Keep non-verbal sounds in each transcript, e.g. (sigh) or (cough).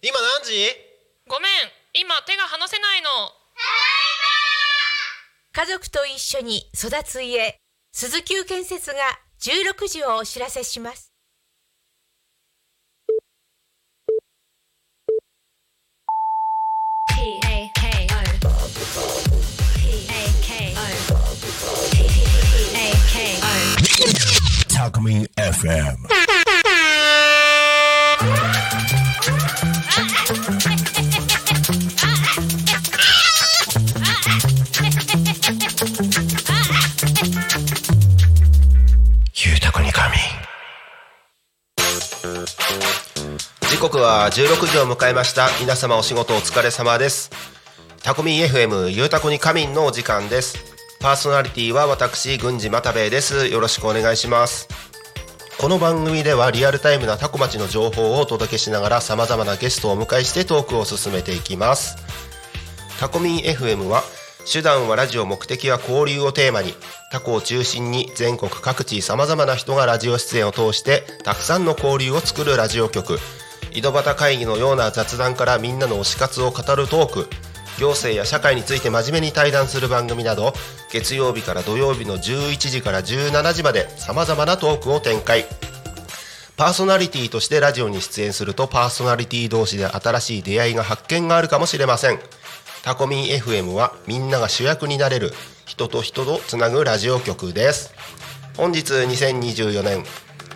今何時ごめん今手が離せないの家族と一緒に育つ家鈴木建設が16時をお知らせしますタクミン FM ゆうたくにかみ時刻は16時を迎えました皆様お仕事お疲れ様ですタコミン FM ゆうたこに仮眠のお時間ですパーソナリティは私郡司又兵衛ですよろしくお願いしますこの番組ではリアルタイムなタコ町の情報をお届けしながら様々なゲストをお迎えしてトークを進めていきますタコミン FM は手段はラジオ目的は交流をテーマにタコを中心に全国各地さまざまな人がラジオ出演を通してたくさんの交流を作るラジオ局井戸端会議のような雑談からみんなの推し活を語るトーク行政や社会について真面目に対談する番組など月曜日から土曜日の11時から17時までさまざまなトークを展開パーソナリティとしてラジオに出演するとパーソナリティ同士で新しい出会いが発見があるかもしれませんタコミン FM はみんなが主役になれる人と人とつなぐラジオ局です本日2024年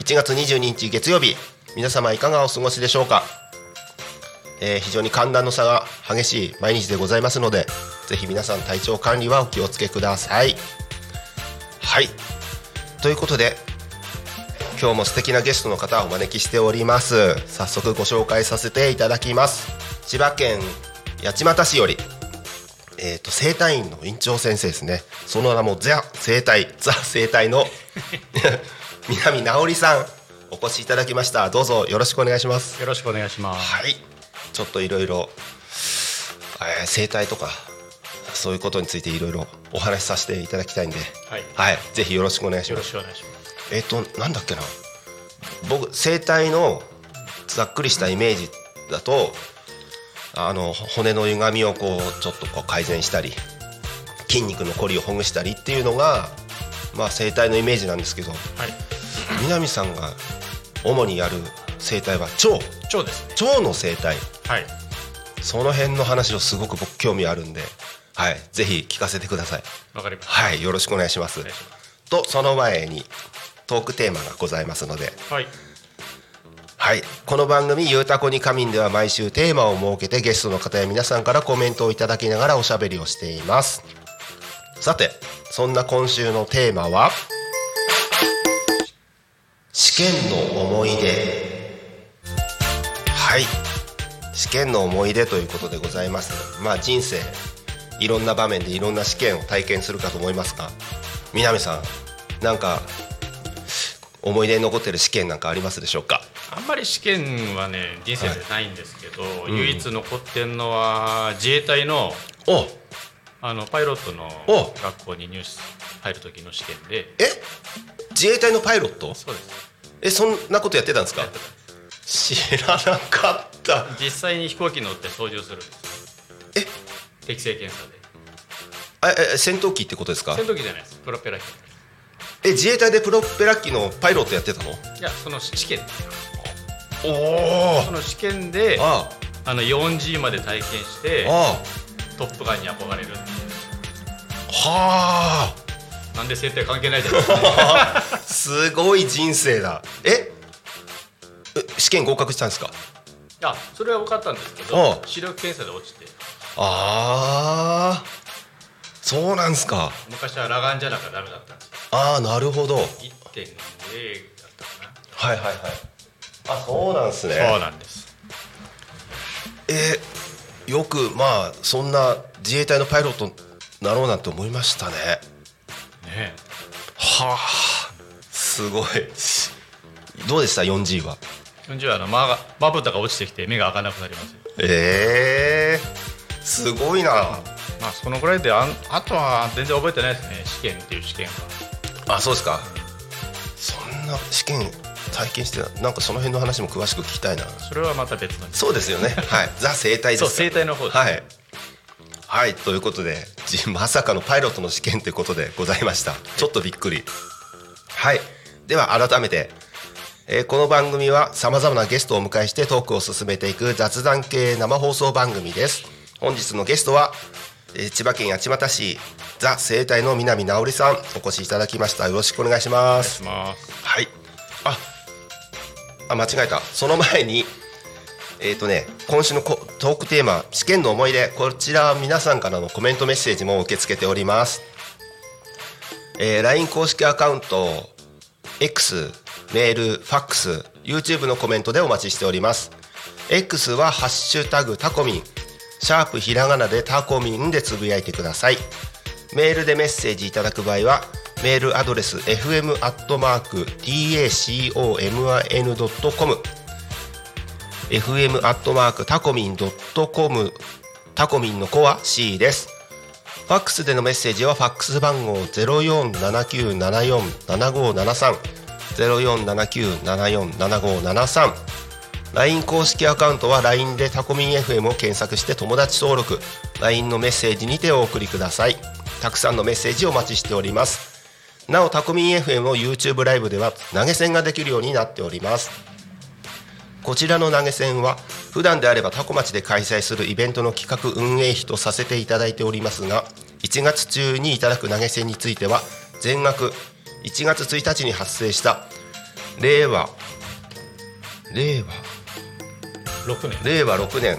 1月22日月曜日皆様いかがお過ごしでしょうか、えー非常に寒暖の差が激しい毎日でございますのでぜひ皆さん体調管理はお気をつけくださいはいということで今日も素敵なゲストの方をお招きしております早速ご紹介させていただきます千葉県八街市よりえー、と生体院の院長先生ですねその名もザ生体ザ生体の南直織さんお越しいただきましたどうぞよろしくお願いしますよろしくお願いします。はいちょっといろいろえー生体とかそういうことについていろいろお話しさせていただきたいんではいはい、ぜひよろしくお願いしよまろすしくお願いします。えっ、となんだっけな僕整体のざっくりしたイメージだとあの骨の歪みをこうちょっとこう改善したり筋肉のこりをほぐしたりっていうのが、まあ、整体のイメージなんですけどはい。南さんが主にやる整体は腸腸ですね。腸の整体はい。その辺の話をすごく僕興味あるんで、はい、ぜひ聞かせてください。わかりました。はい、よろしくお願いしますお願いします。とその前にトークテーマがございますのではい。はい、この番組「ゆうたこに仮眠」では毎週テーマを設けてゲストの方や皆さんからコメントをいただきながらおしゃべりをしていますさてそんな今週のテーマは試験の思い出はい試験の思い出ということでございますまあ人生いろんな場面でいろんな試験を体験するかと思いますが南さんなんか思い出に残ってる試験なんかありますでしょうかあんまり試験はね、人生でないんですけど、うん唯一残ってんのは自衛隊の。おあのパイロットのお学校に入試入る時の試験で。え自衛隊のパイロットそうです。えそんなことやってたんですか知らなかった実際に飛行機乗って操縦するんです。え適性検査で。あえ戦闘機ってことですか戦闘機じゃないです。プロペラ機。え自衛隊でプロペラ機のパイロットやってたのいや、その試験です。おそおの試験で、ああの 4G まで体験して、あトップガンに憧れる。はなんで生態関係ないじゃないですか。あ (laughs) すごい人生だええ試験合格したんですかあそれは分かったんですけおどう視力検査で落ちてああそうなんですか昔は裸眼じゃなきゃダメだったんですよああなるほどはい1.0だったかはいはいあそうなんですねなそうなんですえーよくまあそんな自衛隊のパイロットになろうなんて思いましたねねはあすごいどうでした 4G はえ40はあのまがまぶたが落ちてきて目が開かなくなりますよええすごいなまあそのぐらいであんあとは全然覚えてないですね試験っていう試験はあそうですかそんな試験体験してなんかその辺の話も詳しく聞きたいなそれはまた別のそうですよ (laughs) ねはいザ生態ですそう生態の方ですはいはいということで (laughs) じまさかのパイロットの試験ということでございましたちょっとびっくりはいでは改めて、えーこの番組はさまざまなゲストをお迎えしてトークを進めていく雑談系生放送番組です本日のゲストは、えー千葉県八街市ザ生態の南直織さんお越しいただきましたよろしくお願いしますますはい。あ、あ間違えた。その前に、えっ、とね、今週のこトークテーマ、試験の思い出、こちらは皆さんからのコメントメッセージも受け付けております。えー LINE 公式アカウント、X、メール、ファックス、YouTube のコメントでお待ちしております。X はハッシュタグタコミン、シャープひらがなでタコミンでつぶやいてください。メールでメッセージいただく場合は、メールアドレス fm.tacomin.com fm.tacomin.com タコミンの子は C です。ファックスでのメッセージはファックス番号0479747573 0479747573 LINE 公式アカウントは LINE でタコミン FM を検索して友達登録 LINE のメッセージにてお送りくださいたくさんのメッセージをお待ちしておりますなおタコミン FM の YouTube ライブでは投げ銭ができるようになっておりますこちらの投げ銭は普段であればタコ町で開催するイベントの企画運営費とさせていただいておりますが1月中にいただく投げ銭については全額1月1日に発生した令和令和6年令和6年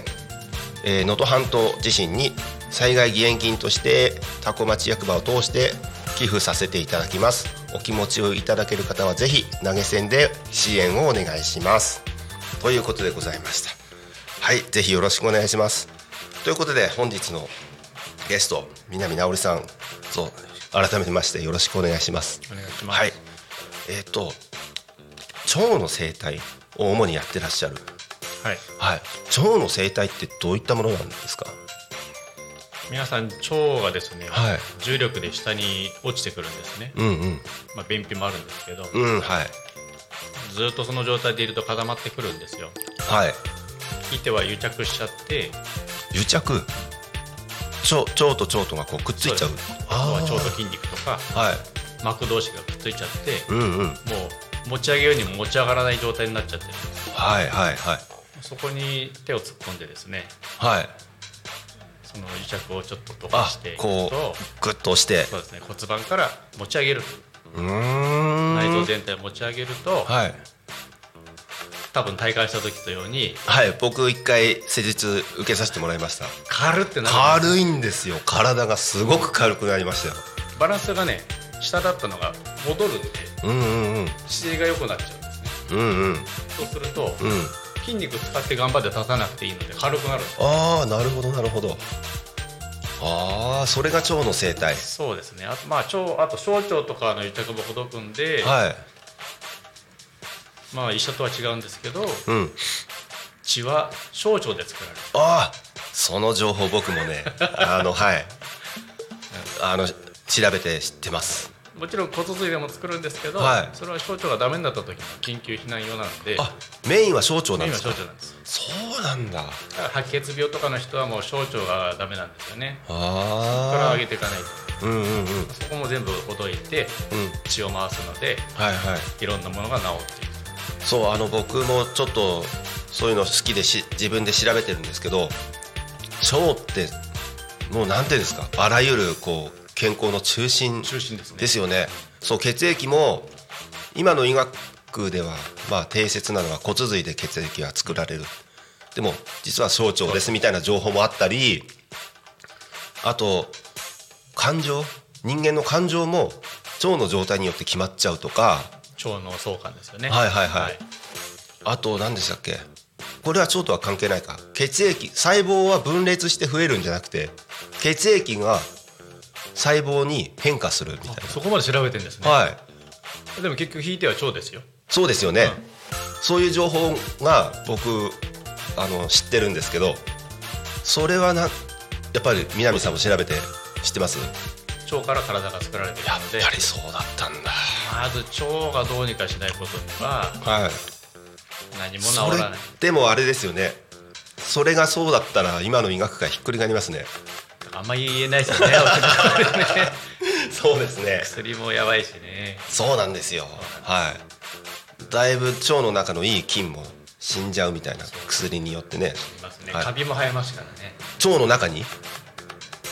えー能登、半島地震に災害義援金として多古町役場を通して寄付させていただきますお気持ちをいただける方はぜひ投げ銭で支援をお願いしますということでございましたはいぜひよろしくお願いしますということで本日のゲスト南直織さんそう改めましてよろしくお願いしますお願いします、はいえっ、と腸の生態を主にやってらっしゃるはいはい、腸の生態ってどういったものなんですか。皆さん腸がですね、はい重力で下に落ちてくるんですね、うんうん、まあ、便秘もあるんですけど、うん、はい、ずっとその状態でいると固まってくるんですよはい、引いては癒着しちゃって癒着。腸、腸と腸とがこうくっついちゃうそうで。あとはあ腸ーと筋肉とかはい、膜同士がくっついちゃって、うんうん、もう持ち上げようにも持ち上がらない状態になっちゃってるんですはいはいはい、そこに手を突っ込んでですねはい、その癒着をちょっと溶かあしてい、くことう、ぐっと押して。そうですね骨盤から持ち上げるうーん、内臓全体を持ち上げると、はい、多分体感した時とようにはい、僕一回施術受けさせてもらいました。軽ってなるんです軽いんですよ、体がすごく軽くなりましたよ。バランスがね下だったのが戻るんでうんうんうん、姿勢が良くなっちゃうんですねうんうん、そうすると、うん。筋肉使って頑張って立たなくていいので軽くなるんですああなるほどなるほどああそれが腸の生態そうですねあとまあ腸あと小腸とかの癒着もほどくんで、はいまあ医者とは違うんですけどうん血は小腸で作られるああその情報僕もね (laughs) あのはいあの調べて知ってますもちろん骨髄でも作るんですけど、はいそれは小腸がダメになった時の緊急避難用なのであメインは小腸なん今ですか小腸なんですそうなんだだから白血病とかの人はもう小腸がダメなんですよねそこからあ上げていかないとあうんうんうんうんそこも全部ほどいて血を回すのではいはいいろんなものが治っていくそうあの僕もちょっとそういうの好きでし自分で調べてるんですけど腸ってもうなんていうんですかあらゆるこう健康の中心中心ですねですよね。そう血液も今の医学ではまあ定説なのは骨髄で血液は作られる。でも実は小腸ですみたいな情報もあったり、あと感情人間の感情も腸の状態によって決まっちゃうとか、腸の相関ですよねはいはいはいあと何でしたっけ？これは腸とは関係ないか。血液細胞は分裂して増えるんじゃなくて、血液が細胞に変化するみたいあそこまで調べてるんですな。ね、はい。でも結局引いては腸ですよそうですよね、そういう情報が僕あの知ってるんですけどそれはなやっぱり南さんも調べて知ってます腸から体が作られているのでそうだったんだまず腸がどうにかしないことにははい何も治それらないでもあれですよねそれがそうだったら今の医学界ひっくり返りますねあんまり言えないですよ (laughs) ね俺これねそうですね薬もやばいしねそうなんですよはいだいぶ腸の中のいい菌も死んじゃうみたいな薬によってねいますねはいカビも生えますからね腸の中に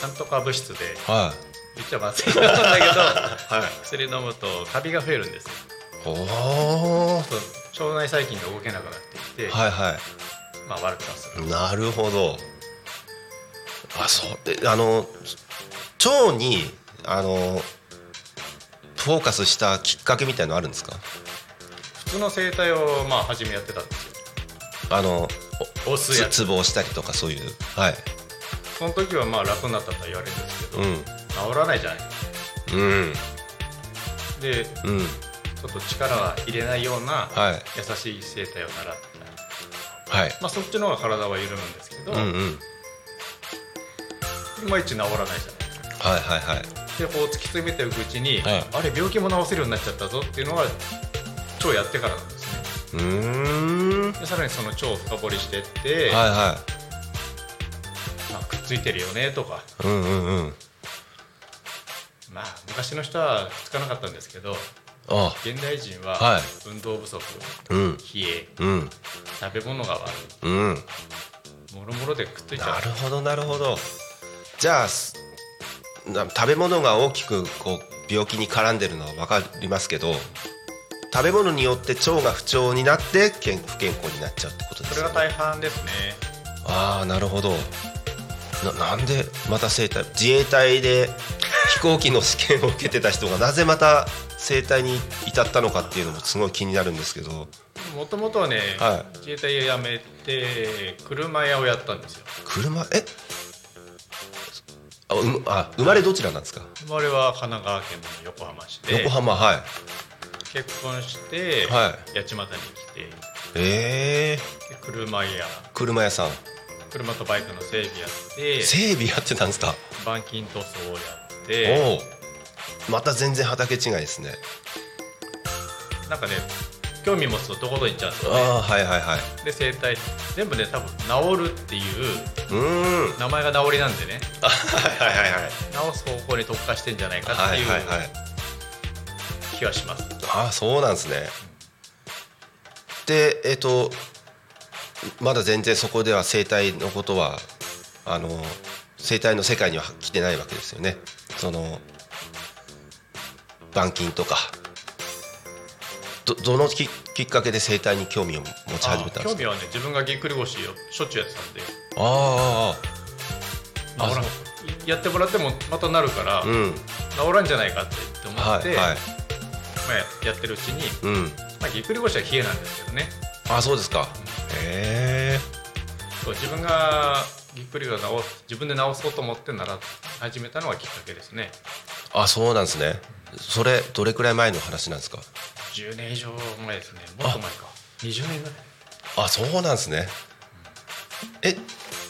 なんとか物質では言っちゃまずいことなんだけ (laughs) どい (laughs) はい薬飲むとカビが増えるんですよおおちょっと腸内細菌が動けなくなってきて、はいはまあ悪くなするいなるほどあそうであの腸にあのフォーカスしたきっかけみたいのあるんですか普通の生態をまあ初めやってたんですよあのお押すやつつツボをしたりとかそういうはいその時はまあ楽になったとは言われるんですけど、う治らないじゃないんうんでちうんょっと力は入れないようなはい優しい生態を習ってた、はいまあ、そっちの方が体は緩むんですけど、うんうんいまいち治らないじゃなはいいはいはいでこう突き詰めていくうちに、はいあれ病気も治せるようになっちゃったぞっていうのは腸やってからなんですねうーんでさらにその腸を深掘りしてっはいて、はまあ、くっついてるよねとかいうんうんうんまあ昔の人はつかなかったんですけどあ現代人ははい運動不足、うん冷えうん食べ物が悪うんいもろもろでくっついちゃなうるほどなるほどじゃあすな食べ物が大きくこう病気に絡んでるのは分かりますけど食べ物によって腸が不調になって健不健康になっちゃうってことでそすれよがね大半ですねああなるほどななんでまた生体自衛隊で飛行機の試験を受けてた人がなぜまた生体に至ったのかっていうのもすごい気になるんですけどもともとはね、は自衛隊を辞めて車屋をやったんですよ車えあうあ生まれどちらなんですか、生まれは神奈川県の横浜市で横浜はい結婚して、は八街に来てでええ車屋車屋さん車とバイクの整備やって整備やってたんですか、板金塗装をやっておおまた全然畑違いですねなんかね興味持つとどこどこ行っちゃうんですよねああはいはいはいで整体全部ね多分治るっていううーん (laughs) 名前が治りなんでねあはいはいはいはい治す方向に特化してんじゃないかっはていいうはいはい気はします、ああそうなんですねでえっ、とまだ全然そこでは生態のことはあの生態の世界には来てないわけですよねその板金とかどどのききっかけで生態に興味を持ち始めたんで興すか味はね自分がぎっくり腰をしょっちゅうやってたんでああああ治らんやってもらってもまたなるから、ああうん治らんじゃないかって思はって、いはいまあ、やってるうちに、うんまあ、ぎっくり腰は冷えなんですけどねあそうですかへえそう自分がぎっくりが治す自分で治そうと思ってなら始めたのがきっかけですねあそうなんですねそれどれくらい前の話なんですか10年以上前ですねもっと前か20年ぐらいあそうなんですねえ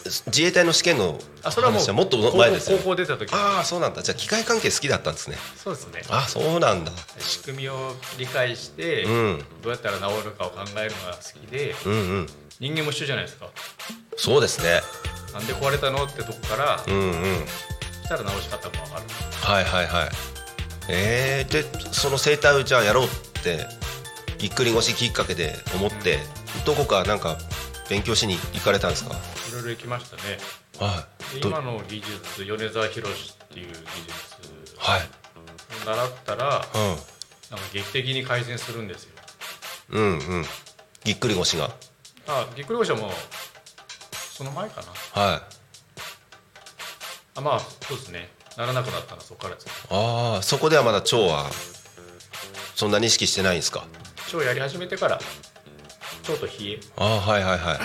自衛隊の試験のあそれはも話うもっと前ですよ高校高校出た時ああそうなんだじゃあ機械関係好きだったんですねそうですねあそうなんだ仕組みを理解して、うんどうやったら治るかを考えるのが好きでうんうん人間も一緒じゃないですかそうですねなんで壊れたのってとこから、うんうんしたら治し方も分かるはいはいはいえー、でその整体をじゃあやろうってぎっくり腰きっかけで思って、どこかなんか勉強しに行かれたんですかいろいろ行きましたねはでいど今の技術米沢博っていう技術はいを習ったらなんか劇的に改善するんですようんうんうんぎっくり腰があぎっくり腰はもうその前かなはいあまあそうですねならなくなったのはそこからですねああそこではまだ腸はそんなに意識してないんですか腸やり始めてから腸と冷えああはいはいはい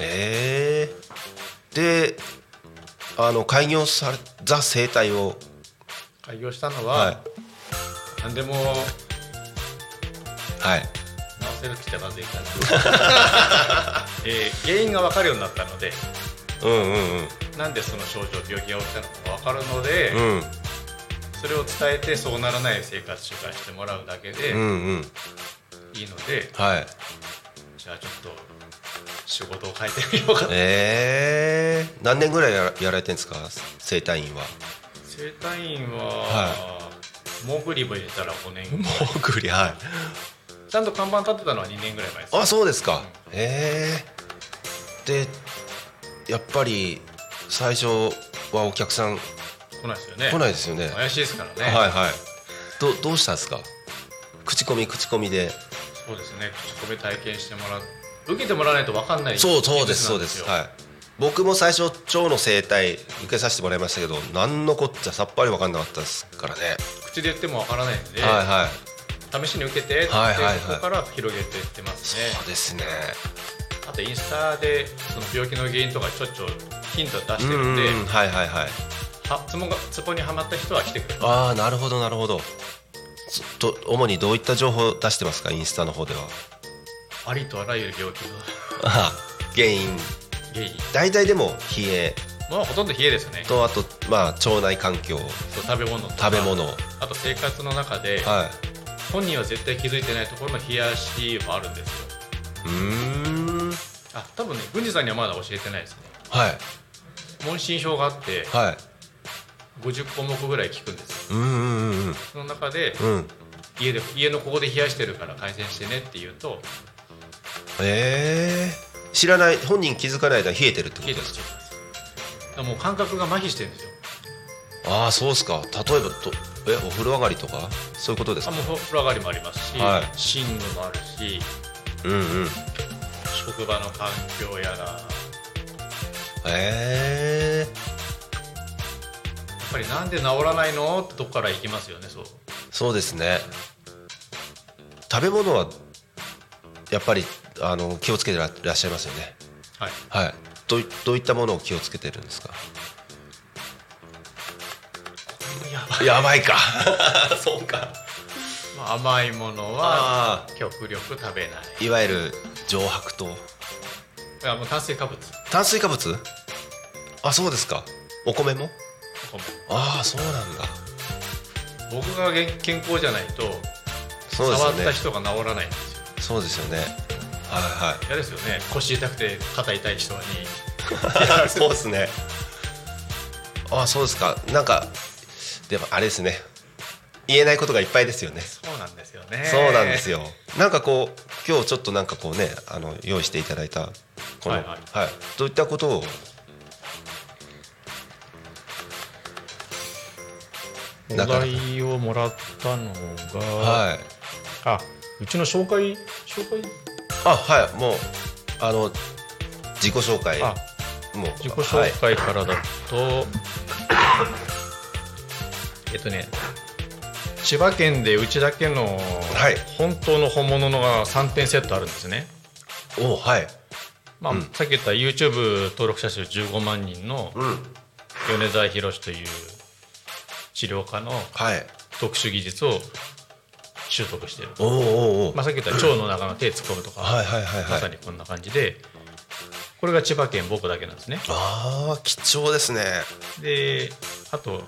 ええであの開業されザ生態を開業したのはは、何でもいはい直せるって言ったらまずいかな、 (laughs) えー原因が分かるようになったのでうんうんなんでその症状病気が起きたのか分かるので、うんうんそれを伝えてそうならない生活習慣してもらうだけでうんうんいいので、はいじゃあちょっと仕事を変えてみようかなえー、何年ぐらいやらやられてるんですか整体院は整体院は、はモグリも入れたら5年もうぐりはいちゃんと看板立てたのは2年ぐらい前ですあそうですかえー、でやっぱり最初はお客さん来ないですよね来ないですよね怪しいですからね、はいはいどどうしたんですか口コミ口コミでそうですね口コミ体験してもらう受けてもらわないと分かんないそうそうです技術なそうんですよはい僕も最初腸の生態受けさせてもらいましたけど何のこっちゃさっぱり分かんなかったですからね、口で言っても分からないんで、はいはい試しに受けてって、はいはいはいそこから広げていってますねそうですねあとインスタでその病気の原因とかちょっちょヒント出うしんてうるんんでうんはいはいはいはツボがツボにはまった人は来てくれるああなるほどなるほどそと主にどういった情報を出してますかインスタの方ではありとあらゆる病気のあ原因原因大体でも冷えまあほとんど冷えですねとあとまあ腸内環境そう食べ物とか食べ物はあと生活の中いで本人は絶対気づいてないところの冷やしもあるんですようーんあ多分ね郡司さんにはまだ教えてないですねはい問診票があってはい50項目ぐらい聞くんですようんうんうんうんその中でうん家で家のここで冷やしてるから改善してねって言うとえー、知らない本人気づかない間に冷えてるってこと冷えでてすきかちゃいますだからもう感覚が麻痺してるんですよああそうですか例えばとえお風呂上がりとかそういうことですあかもう風呂上がりもありますし、はい寝具もあるしうんうん職場の環境やらやっえー、ぱりなんで治らないのってとこから行きますよねそうそうですね食べ物はやっぱりあの気をつけてららっしゃいますよねはいはいどういどういったものを気をつけてるんですかややばいか (laughs) そうかば、まあ、甘いものはあ極力食べないあいわゆる上白糖いやもう炭水化物炭水化物あそうですかお米もごめんああそうなんだ僕がげん健康じゃないと、そうで触すよったね人が治らないんですよそうですよねはいは嫌ですよね腰痛くて肩痛い人にいそうですねああそうですかなんかでもあれですね言えないことがいっぱいですよねそうなんですよねそうなんですよよ。なんかこう今日ちょっとなんかこうねあの用意していただいたこのははいい、はいどういったことをおなかなか題をもらったのが、はいあうちの紹介紹介あはいもうあの自己紹介あもう自己はい紹介からだと、えっとね千葉県でうちだけのい本当の本物のが3点セットあるんですね、おはいまあさっき言った YouTube 登録者数15万人のうん米沢博という治療科のはい特殊技術を習得してる、おーおーおーまあ、さっき言った腸の中の手突っ込むとか、はいはいはいまはさいにこんな感じでこれが千葉県僕だけなんですねああ貴重ですねであと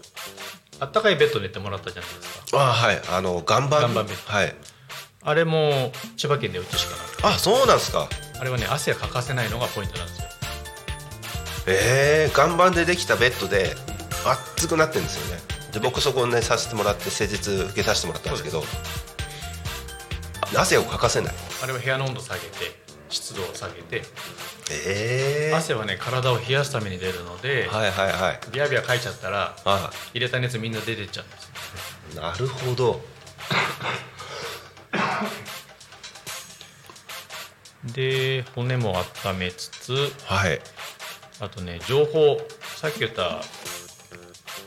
あったかいベッドで寝てもらったじゃないですかあはいあの岩盤岩盤ベッドはいあれも千葉県でうちしかなくてあそうなんですかあれはね汗は欠かせないのがポイントなんですよえー、岩盤でできたベッドで熱くなってるんですよねで僕そこをねさせてもらって施術受けさせてもらったんですけど汗をかかせないあれは部屋の温度下げて湿度を下げてええー、汗はね体を冷やすために出るので、はいはいはいビャビャかいちゃったらあ入れた熱みんな出てっちゃうんですよなるほどで骨も温めつつはいあとね情報さっき言った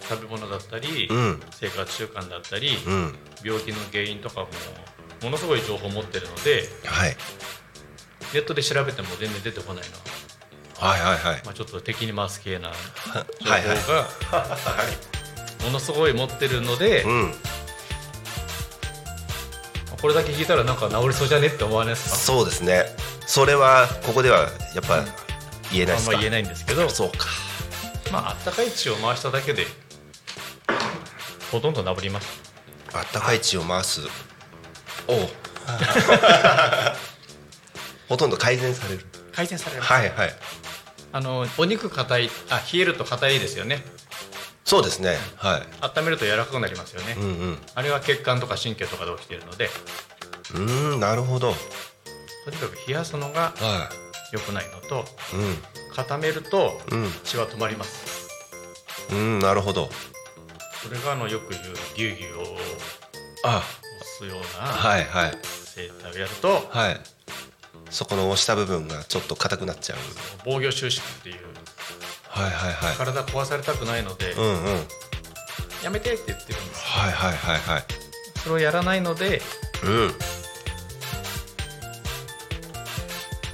食べ物だったり、うん生活習慣だったり、うん病気の原因とかもものすごい情報を持ってるのではいネットで調べても全然出てこないな、はいはいはいまあ、ちょっと敵に回す系な情はいはい報がものすごい持ってるので、うんこれだけ聞いたらなんか治りそうじゃねって思わないですかそうですねそれはここではやっぱ言えないであんすまか言えないんですけどそうかまああったかい血を回しただけでほとんど治りましたあったかい血を回すおう (laughs) ほとんど改善される改善されるはいはいあのお肉硬いあ冷えると硬いですよねそうですねは温めると柔らかくなりますよね、いうんうんあれは血管とか神経とかで起きているのでうーんなるほどとにかく冷やすのがは良くないのというん固めるとうん血は止まりますうんなるほどそれがあのよく言うぎゅうぎゅうを押あすようなはいはい生態をやるとはいそこの押した部分がちょっと硬くなっちゃう防御収縮っていうはいはいは体壊されたくないのでいうんうんやめてって言ってるんですはいはいはいはいそれをやらないのでうん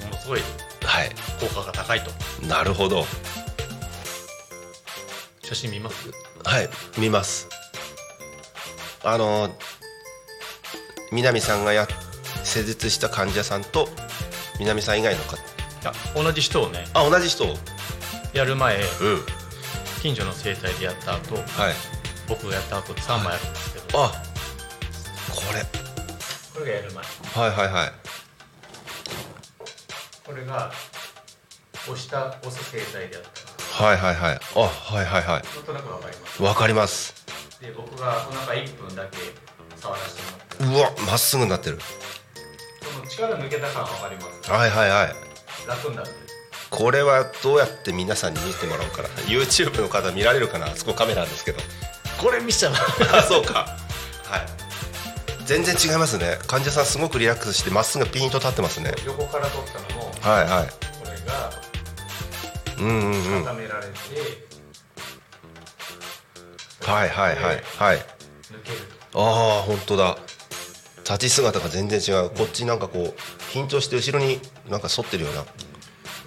ものすごいは効果が高いといなるほど写真見ますはい見ますあの南さんがや施術した患者さんと南さん以外の方あ同じ人をねあ同じ人うんやる前近所の整体でやった後はい僕がやった後3枚あるんですけどこあこれれがやる前はいはいはいこれが押した押す整体でやったはいはいはいあはいはいはなんとなくわかりますいわかりますで僕がお腹1分だけ触らせてもらってうわまっすぐになってるその力抜けた感わかりますはいはいはい楽になってこれはどうやって皆さんに見てもらおうかな YouTube の方見られるかなあそこカメラですけどこれ見せたらあそうかはい全然違いますね患者さんすごくリラックスしてまっすぐピンと立ってますね横から取ったのもこはいはいれがうんうんうん固められてはいはいはいはい抜けるああ本当だ立ち姿が全然違うこっちなんかこう緊張して後ろになんか反ってるようなと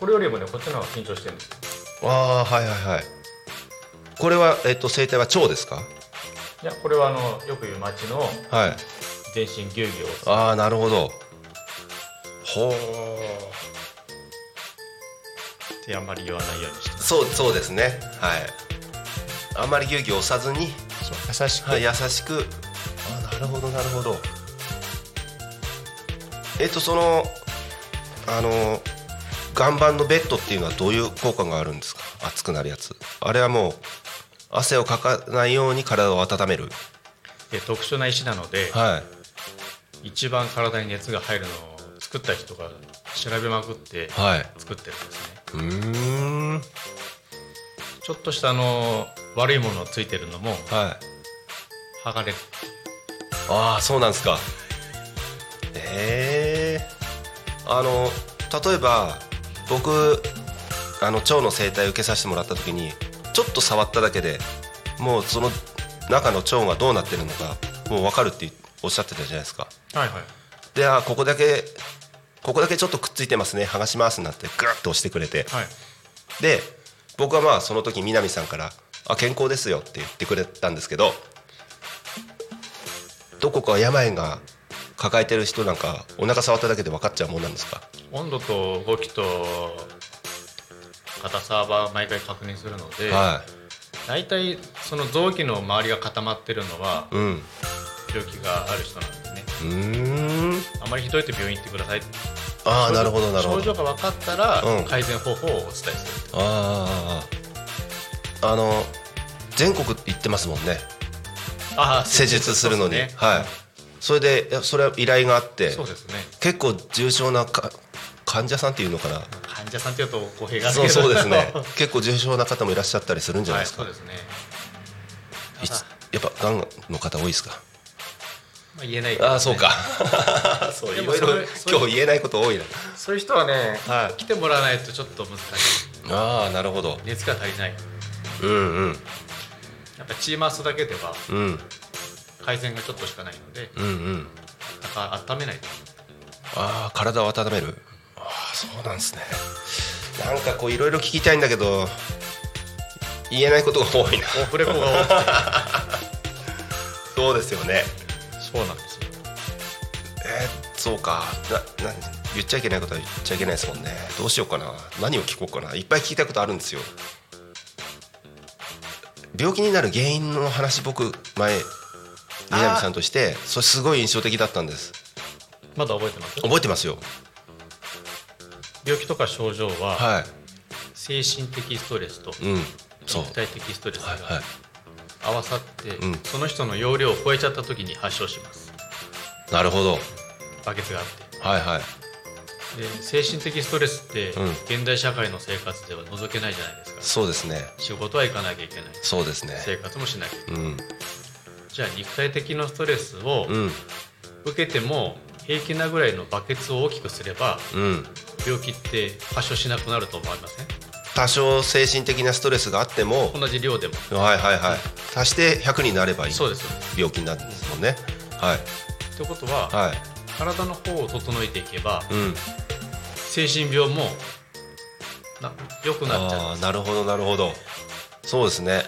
これよりもねこっちの方が緊張してるんですああはいはいはいこれはえっと整体は腸ですかいやこれはあのよく言う町のはい全身ぎゅうぎゅうを押すああなるほどほうってあんまり言わないようにしてそうそうですねはいあんまりぎゅうぎゅう押さずに、優しく、はい、優しくあなるほどなるほどえっとそのあの岩盤のベッドっていうのはどういう効果があるんですか熱くなるやつあれはもう汗をかかないように体を温めるで特殊な石なのではい一番体に熱が入るのを作った人が調べまくってはい作ってるんですねうーんちょっとしたあの悪いものついてるのもはい剥がれるああそうなんですかええあの例えば僕あの腸の生態を受けさせてもらった時にちょっと触っただけでもうその中の腸がどうなってるのかもう分かるっておっしゃってたじゃないですかはいはいであーここだけここだけちょっとくっついてますね剥がしますなんてグッと押してくれてはいで僕はまあその時南さんから「あ健康ですよ」って言ってくれたんですけどどこか病が抱えてる人なんかお腹触っただけで分かっちゃうもんなんですか温度と動きと硬さは毎回確認するので、は大体その臓器の周りが固まってるのはいうん病気がある人なんですねうーんあまりひどいと病院行ってくださいああなるほどなるほ症状どが分かったらうん改善方法をお伝えする、ああああの全国行ってますもんねああ施術するのに、そうですねはいそれでいやそれは依頼があってそうですね結構重症なか患者さんっていうのかな患者さんっていうと語弊があるそけうどそうです (laughs) (laughs) ね結構重症な方もいらっしゃったりするんじゃなはいいですか、そうですねいつやっぱがんの方多いですかまあ、言えないけどねああそうか (laughs) そうでいもろいろそれそれ今日言えないこと多いなそういう人はね、は来てもらわないとちょっと難しいああなるほど熱が足りないうんうんやっぱチーマースだけではうん改善がちょっとしかないのでうんうんなんか温めないとああ体を温めるああそうなんですねなんかこういろいろ聞きたいんだけど言えないことが多いなオフレコが多くてそうですよねそうなんですよえー、そうかなな言っちゃいけないことは言っちゃいけないですもんねどうしようかな何を聞こうかないっぱい聞きたいことあるんですよ病気になる原因の話僕前南さんとしてそれすごい印象的だったんですまだ覚えてます覚えてますよ病気とか症状はは精神的ストレスというんそう肉体的ストレスはいがはい合わさって、うんその人の容量を超えちゃった時に発症しますなるほどバケツがあってはいはいで精神的ストレスって、うん現代社会の生活では除けないじゃないですかそうですね仕事は行かなきゃいけないそうですね生活もしなきゃいけないうんじゃあ肉体的なストレスをうん受けても平気なぐらいのバケツを大きくすればうん病気って発症しなくなると思いません多少精神的なストレスがあっても同じ量でもはいはいはい足して100になればいいそうですよ病気になるんですもんねはいってことは、はい体の方を整えていけばうん精神病もな良くなっちゃうああーなるほどなるほどそうですね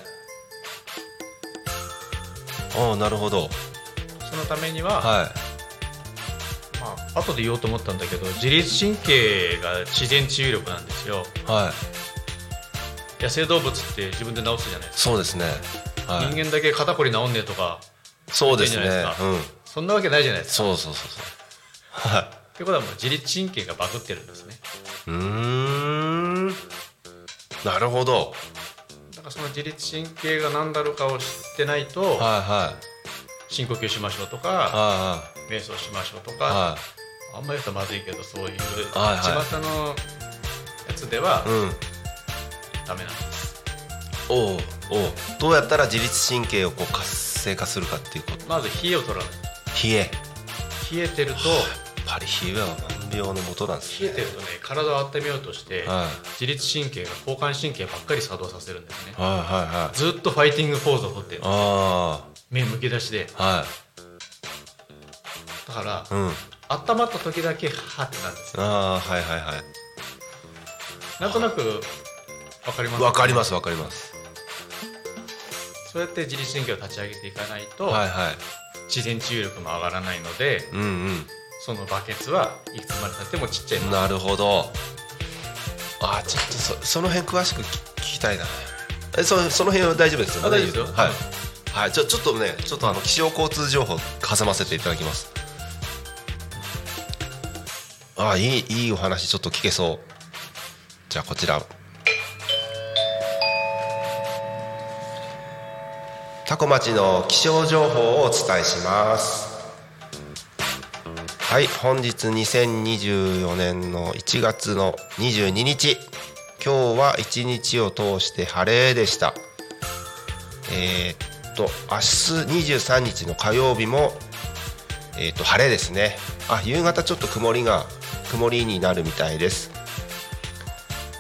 ああなるほどそのためには、はまあ後で言おうと思ったんだけど自律神経が自然治癒力なんですよいはい野生動物って自分で治すじゃないですそうですねか、はい人間だけ肩こり治んねえとかそうですねいいんじゃないですうかんそんなわけないじゃないですかそうそうそうそうはってことはもう自律神経がバグってるんですねいうーんなるほどだからその自律神経が何だろうかを知ってないとはいはい深呼吸しましょうとかは瞑想しましょうといかはあんまり言うとまずいけどそういうはいはい巷のやつではいはいうんダメなんですおうおうどうやったら自律神経をこう活性化するかっていうことまず冷えを取らない冷えやっ冷えてるとぱり冷えは万病のもとなんです冷ねえてるとね体を温めようとしてはい自律神経が交感神経ばっかり作動させるんですねはいはいはいずっとファイティングポーズをとってるあ目むき出しであはだからいうん温まった時だけハーってなるんですよああはいはいはいなんとなくわかりますわかりますわかりますそうやって自律神経を立ち上げていかないとはいはい自然治癒力も上がらないのでうんそのバケツはいつまでたってもちっちゃいうんなるほどああちょっとそその辺詳しく聞聞きたいなえそその辺は大丈夫ですよねあ大丈夫ですよはい、はい、ちょちょっとねちょっとあの気象交通情報挟ませていただきますああいいいいお話ちょっと聞けそうじゃあこちらタコ町の気象情報をお伝えしますはい本日2024年の1月の22日今日は一日を通して晴れでしたえーっと明日23日の火曜日も、えーっと晴れですねあ夕方ちょっと曇りが曇りになるみたいです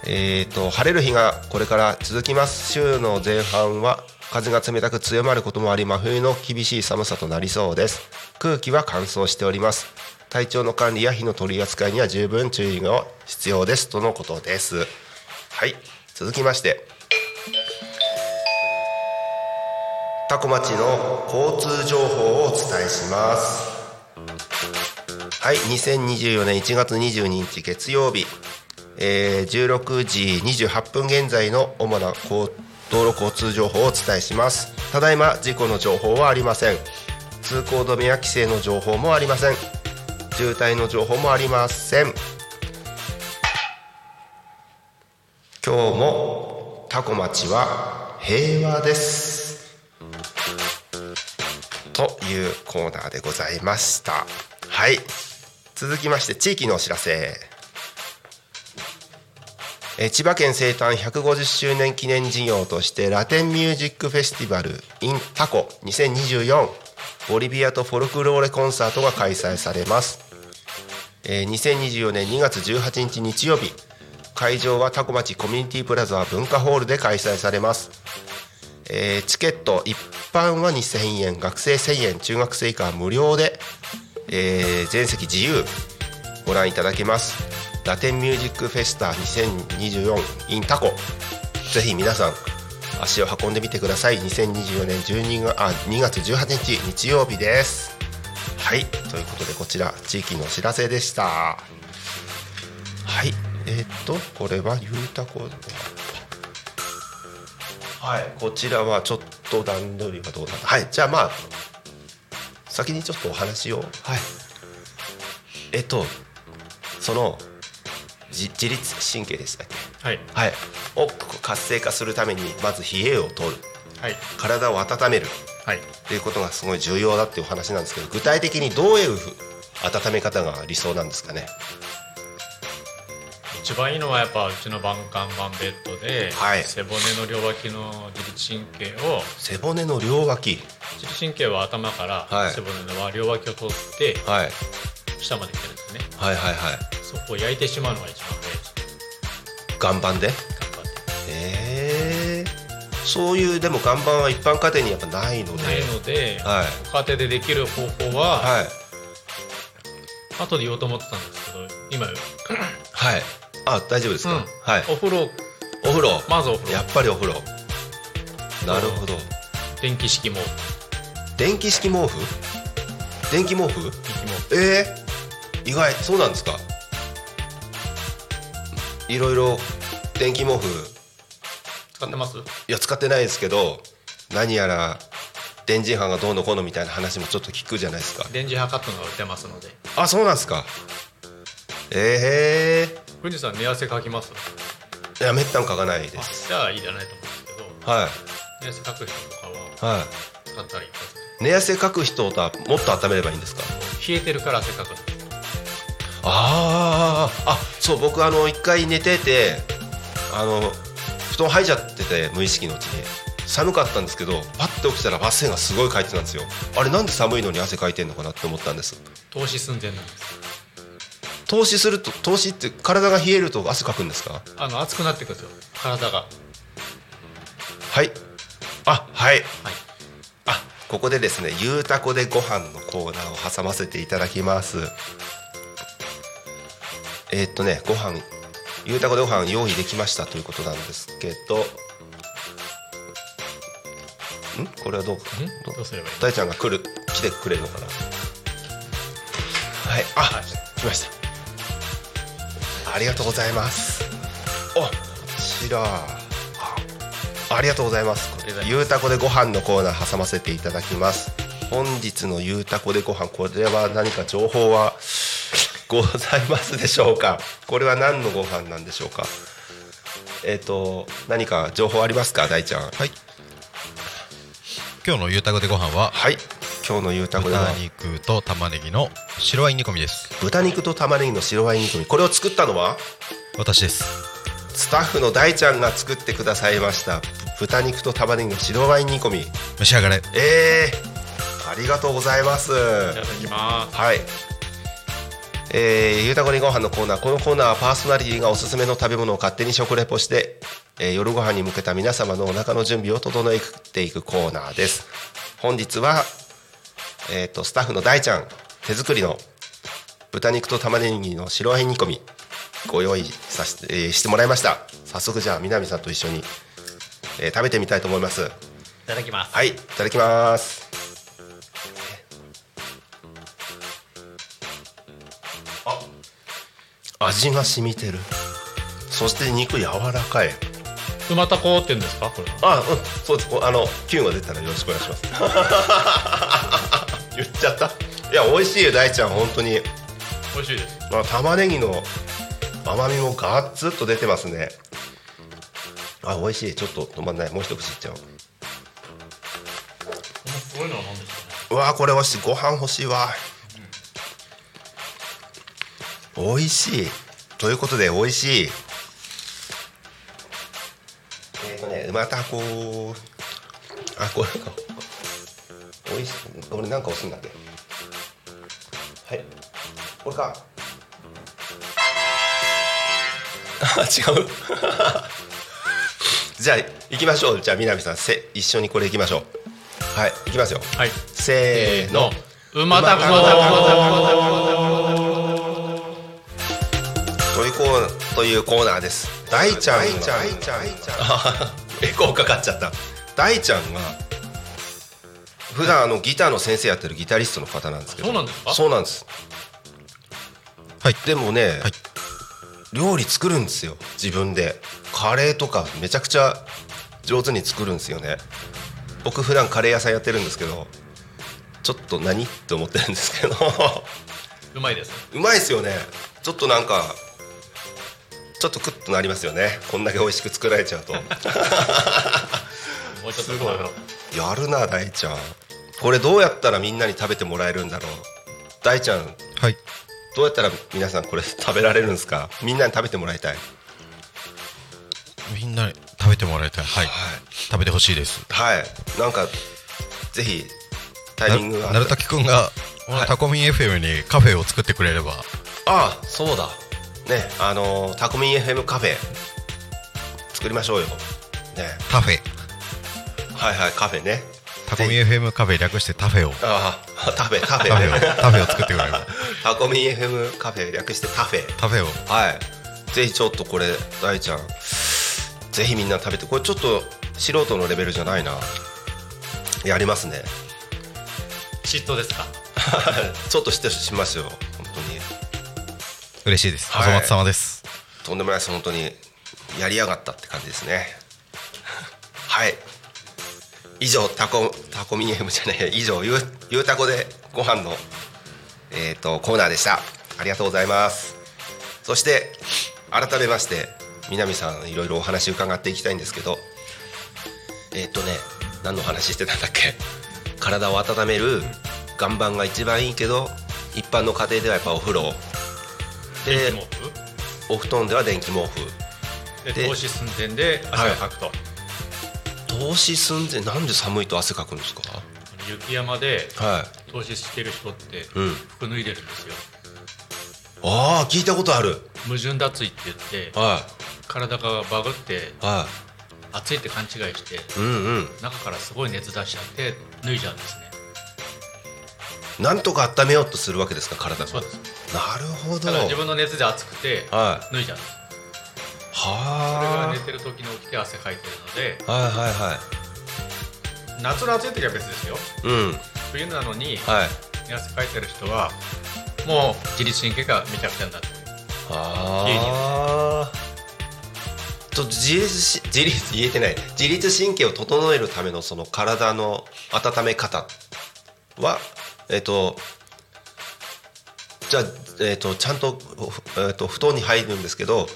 えーっと晴れる日がこれから続きます週の前半は風が冷たく強まることもあり真冬の厳しい寒さとなりそうです空気は乾燥しております体調の管理や火の取り扱いには十分注意が必要ですとのことですはい続きましてタコ町の交通情報をお伝えしますはい2024年1月22日月曜日、えー16時28分現在の主な交道路交通情報をお伝えしますただいま事故の情報はありません通行止めや規制の情報もありません渋滞の情報もありません今日もタコ町は平和ですというコーナーでございましたはい続きまして地域のお知らせえー千葉県生誕150周年記念事業としてラテンミュージックフェスティバル in タコ2024ボリビアとフォルクローレコンサートが開催されます、えー2024年2月18日日曜日会場はタコ町コミュニティプラザ文化ホールで開催されますえーチケット一般は2000円学生1000円中学生以下は無料で、えー全席自由ご覧いただけますラテンミュージックフェスタ 2024in タコぜひ皆さん足を運んでみてください2024年12があ2月18日日曜日ですはいということでこちら地域のお知らせでしたはいえーっとこれはゆうたこはい、こちらはちょっと段取りがどうだったはいじゃあまあ先にちょっとお話をはいえっとそのじ自律神経でしたっけはいはいを活性化するためにまず冷えを取るはい体を温めるはいっていうことがすごい重要だっていうお話なんですけど具体的にどういうふ温め方が理想なんですかね一番いいのはやっぱうちの晩間晩ベッドで、はい背骨の両脇の自律神経を背骨の両脇自律神経は頭からはい背骨の両脇を通ってはい下まで行ってるんですね、はいはいはいそこを焼いてしまうのが一番早いです岩盤で頑張ってええそういうでも岩盤は一般家庭にやっぱないのでないので、はいご家庭でできる方法は、はい後で言おうと思ってたんですけど今、はいあ大丈夫ですか、うんはいお風呂お風呂、まずお風や呂っぱりお風呂なるほど電気式も電気式毛布電気毛布息もえー、意外そうなんですかいろいろ電気毛布使ってますいや使ってないですけど何やら電磁波がどうのこうのみたいな話もちょっと聞くじゃないですか電磁波カットのが売ってますのであそうなんですかえ富士さん寝汗かきますえー、いやめったん書かないであすじゃあいいじゃないと思うんですけどは寝汗かく人とかはいは使ったらいいですい寝汗かく人とはもっと温めればいいんですか冷えてるから汗かくのあーあそう僕あの一回寝ててあの布団入っちゃってて無意識のうちに寒かったんですけどパッて起きたら汗がすごいかいてたんですよあれなんで寒いのに汗かいてんのかなって思ったんです投資寸前なんです投資すると投資って体が冷えると汗かくんですかあの熱くなってくるんですよ体がはいあはいはいあここでですね「ゆうたこでご飯のコーナーを挟ませていただきますえーっとねご飯ゆうたこでご飯用意できましたということなんですけどんこれはどうかんどうすればいい大ちゃんが来る来てくれるのかなはいあ、来ましたありがとうございますおこちらありがとうございますりがとうございますゆうたこでご飯のコーナー挟ませていただきます本日のゆうたこでご飯これは何か情報はございますでしょうかこれは何のご飯なんでしょうかえっ、と何か情報ありますか大ちゃんはい今日のゆうたこでご飯ははい今日のゆうたこでご豚飯肉と玉ねぎの白ワイン煮込みです豚肉と玉ねぎの白ワイン煮込みこれを作ったのは私ですスタッフの大ちゃんが作ってくださいました豚肉と玉ねぎの白ワイン煮込み召し上がれえー、ありがとうございますいただきますはいえー、ゆうたこにご飯のコーナーこのコーナーはパーソナリティがおすすめの食べ物を勝手に食レポして、えー夜ご飯に向けた皆様のお腹の準備を整えていくコーナーです本日は、えー、とスタッフの大ちゃん手作りの豚肉と玉ねぎの白ワイン煮込みご用意させて、えーしてもらいました早速じゃあ南さんと一緒に、えー食べてみたいと思いますいただきますはいいただきますあ味が染みてるそして肉柔らかいうまたこうって言うんですかこれあうんそうですこあのキュンが出たらよろしくお願いします (laughs) 言っちゃったいや美味しいよ大ちゃん本当に美味しいですまあ、玉ねぎの甘みもガッツッと出てますねあ美味しいちょっと止まんないもう一口いっちゃおうこういうのは何ですかねうわーこれ欲しいご飯欲しいわ美味しいということで美味しいえっ、とねまたこうあこれか美味しい俺なんか押すんだっけはいこれかあ違う (laughs) じゃあ行きましょうじゃあ南さんせ一緒にこれ行きましょうはい行きますよはいせーの。うまたこうまたこうというコーというコーナーです。大ちゃんが。大ちゃん。あエコーかかっちゃった。大ちゃんが。普段あのギターの先生やってるギタリストの方なんですけど。そうなんですかそうなんです。はいでもね。はい料理作るんですよ。自分で。カレーとかめちゃくちゃ。上手に作るんですよね僕普段カレー屋さんやってるんですけどちょっと何って思ってるんですけどうまいですうまいですよねちょっとなんかちょっとクッとなりますよねこんだけ美味しく作られちゃう (laughs) ともうちょっとこうやるな大ちゃんこれどうやったらみんなに食べてもらえるんだろう大ちゃんはいどうやったら皆さんこれ (laughs) 食べられるんですかみんなに食べてもらいたいみんな食べてもらいたいはい、食べてほしいですはいなんかぜひタなイミングがなるたきくんがこのタコミン FM にカフェを作ってくれればああそうだねあのータコミン FM カフェ作りましょうよねタフェはいはいカフェねタコミン FM カフェ略してタフェをああ食べ食べタ (laughs) フェをタフェを作ってくれればタコミン FM カフェ略してタフェタフェをはいぜひちょっとこれ大ちゃんぜひみんな食べてこれちょっと素人のレベルじゃないなやりますね嫉妬ですかちょっと嫉妬しますよ本当に嬉しいですはい細松様ですとんでもないです本当にやりやがったって感じですね (laughs) はい以上タコタコミニエムじゃないや以 (laughs) 上ゆうゆうたこでご飯のえっ、とコーナーでしたありがとうございますそして改めまして南さんいろいろお話伺っていきたいんですけどえっ、とね何の話してたんだっけ体を温める岩盤が一番いいけど一般の家庭ではやっぱお風呂でもお布団では電気毛布でで投資寸前で汗をかくと、投資寸前なんで寒いと汗かくんですか雪山ではい投資してる人ってうん服脱いでるんですよああ聞いたことある矛盾脱衣って言っては体がバグっていは暑いって勘違いしていうんうん中からすごい熱出しちゃって脱いじゃうんですねなんとか温めようとするわけですか体がそなうでするほどただ自は分の熱で暑くていは脱いじゃうんですそれがあ寝てる時に起きて汗かいてるのではいはいは夏の暑い時は別ですよいうん冬なのにはい汗かいてる人はもう自律神経がめちゃくちゃになってるああと自律し自律 (laughs) 言えてない自律神経を整えるためのその体の温め方はえっ、とじゃあ、えっとちゃんと,お、えっと布団に入るんですけど、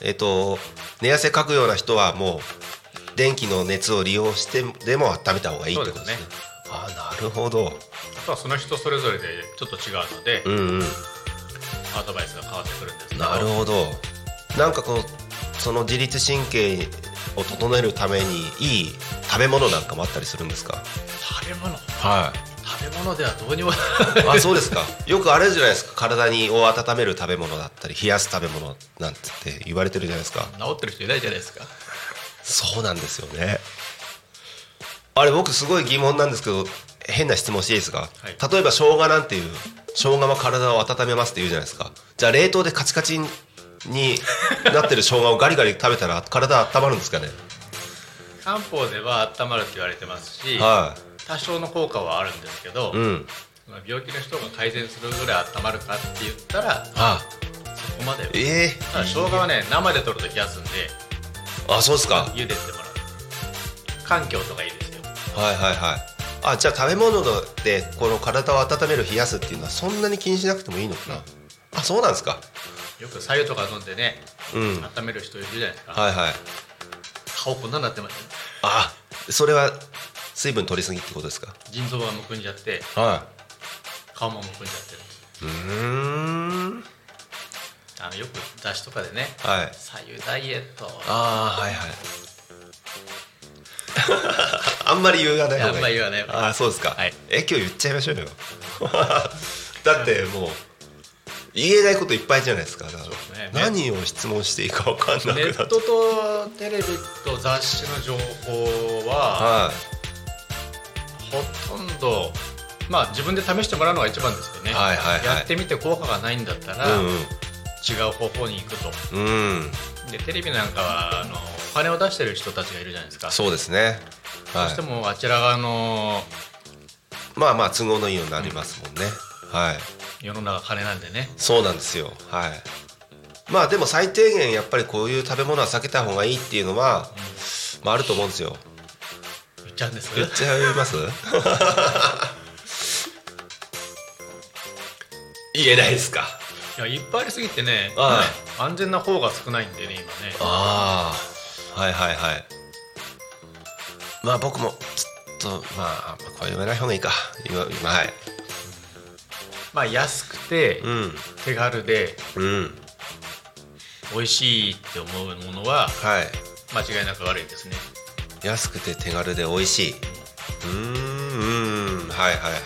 えっと寝汗かくような人はもう電気の熱を利用してでも温めた方がいいってことですね。そうでああなるほど。あとはその人それぞれでちょっと違うのでうんうん。アドバイスが変わってくるんですけどなるほどなんかこうその自律神経を整えるためにいい食べ物なんかもあったりするんですか食べ物は食べ物ではどうにもい (laughs) あそうですか (laughs) よくあれじゃないですか体にを温める食べ物だったり冷やす食べ物なんてって言われてるじゃないですか治ってる人いないじゃないですかそうなんですよねあれ僕すごい疑問なんですけど変な質問していいですか、はい例えば生姜なんていう生姜は体を温めますって言うじゃないですかじゃあ冷凍でカチカチになってる生姜をガリガリ食べたら体温まるんですかね漢方では温まるって言われてますしは多少の効果はあるんですけどい、うん、まあ病気の人が改善するぐらい温まるかって言ったらあ、そこまでええただ生姜はね生で取ると冷やすんであ、そうですか。はい茹でてもらう環境とかいいですよはいはい。あ、じゃあ食べ物でこの体を温める冷やすっていうのはそんなに気にしなくてもいいのかな。あ、そうなんですか。よく白湯とか飲んでねうん。温める人いるじゃないですか、はいはい。顔こんなになってますよあ、それは水分取りすぎってことですか。腎臓がむくんじゃっては顔もむくんじゃってい。うるーん。あのよく雑誌とかでねはい。左右ダイエットああ、はいはい。 (laughs) あんまり言わない方がいい。いやあんまり言わない方がいいあーそうですか。はいえ、今日言っちゃいましょうよ。 (laughs) だってもう。言えないこといっぱいじゃないですか。だからすね何を質問していいかわかんなくなっネちゃッう。トとテレビと雑誌の情報ははほとんどまあ自分で試してもらうのが一番ですよね、はいはいはいやってみて効果がないんだったい。ら、違う方法に行くとうんうん。うん。でテレビなんかはあのお金を出してる人たちがいるじゃないですかそうですね。どはうしてい。もあちら側のまあまあ都合のいいようになりますもんね。はい。世の中金なんでねそうなんですよ。はい。まあでも最低限やっぱりこういう食べ物は避けた方がいいっていうのは、まあ、あると思うんですよ言っちゃうんです言っちゃいます (laughs) 言えないですかいやいっぱいありすぎてねはい安全な方が少ないんでね今ねああはいはいはいまあ僕もちょっとまああんまこれ言わない方がいいか今今はいまあ安くてうん手軽でうん美味しいって思うものははい間違いなく悪いですね安くて手軽で美味しいうーんうんはいはいはい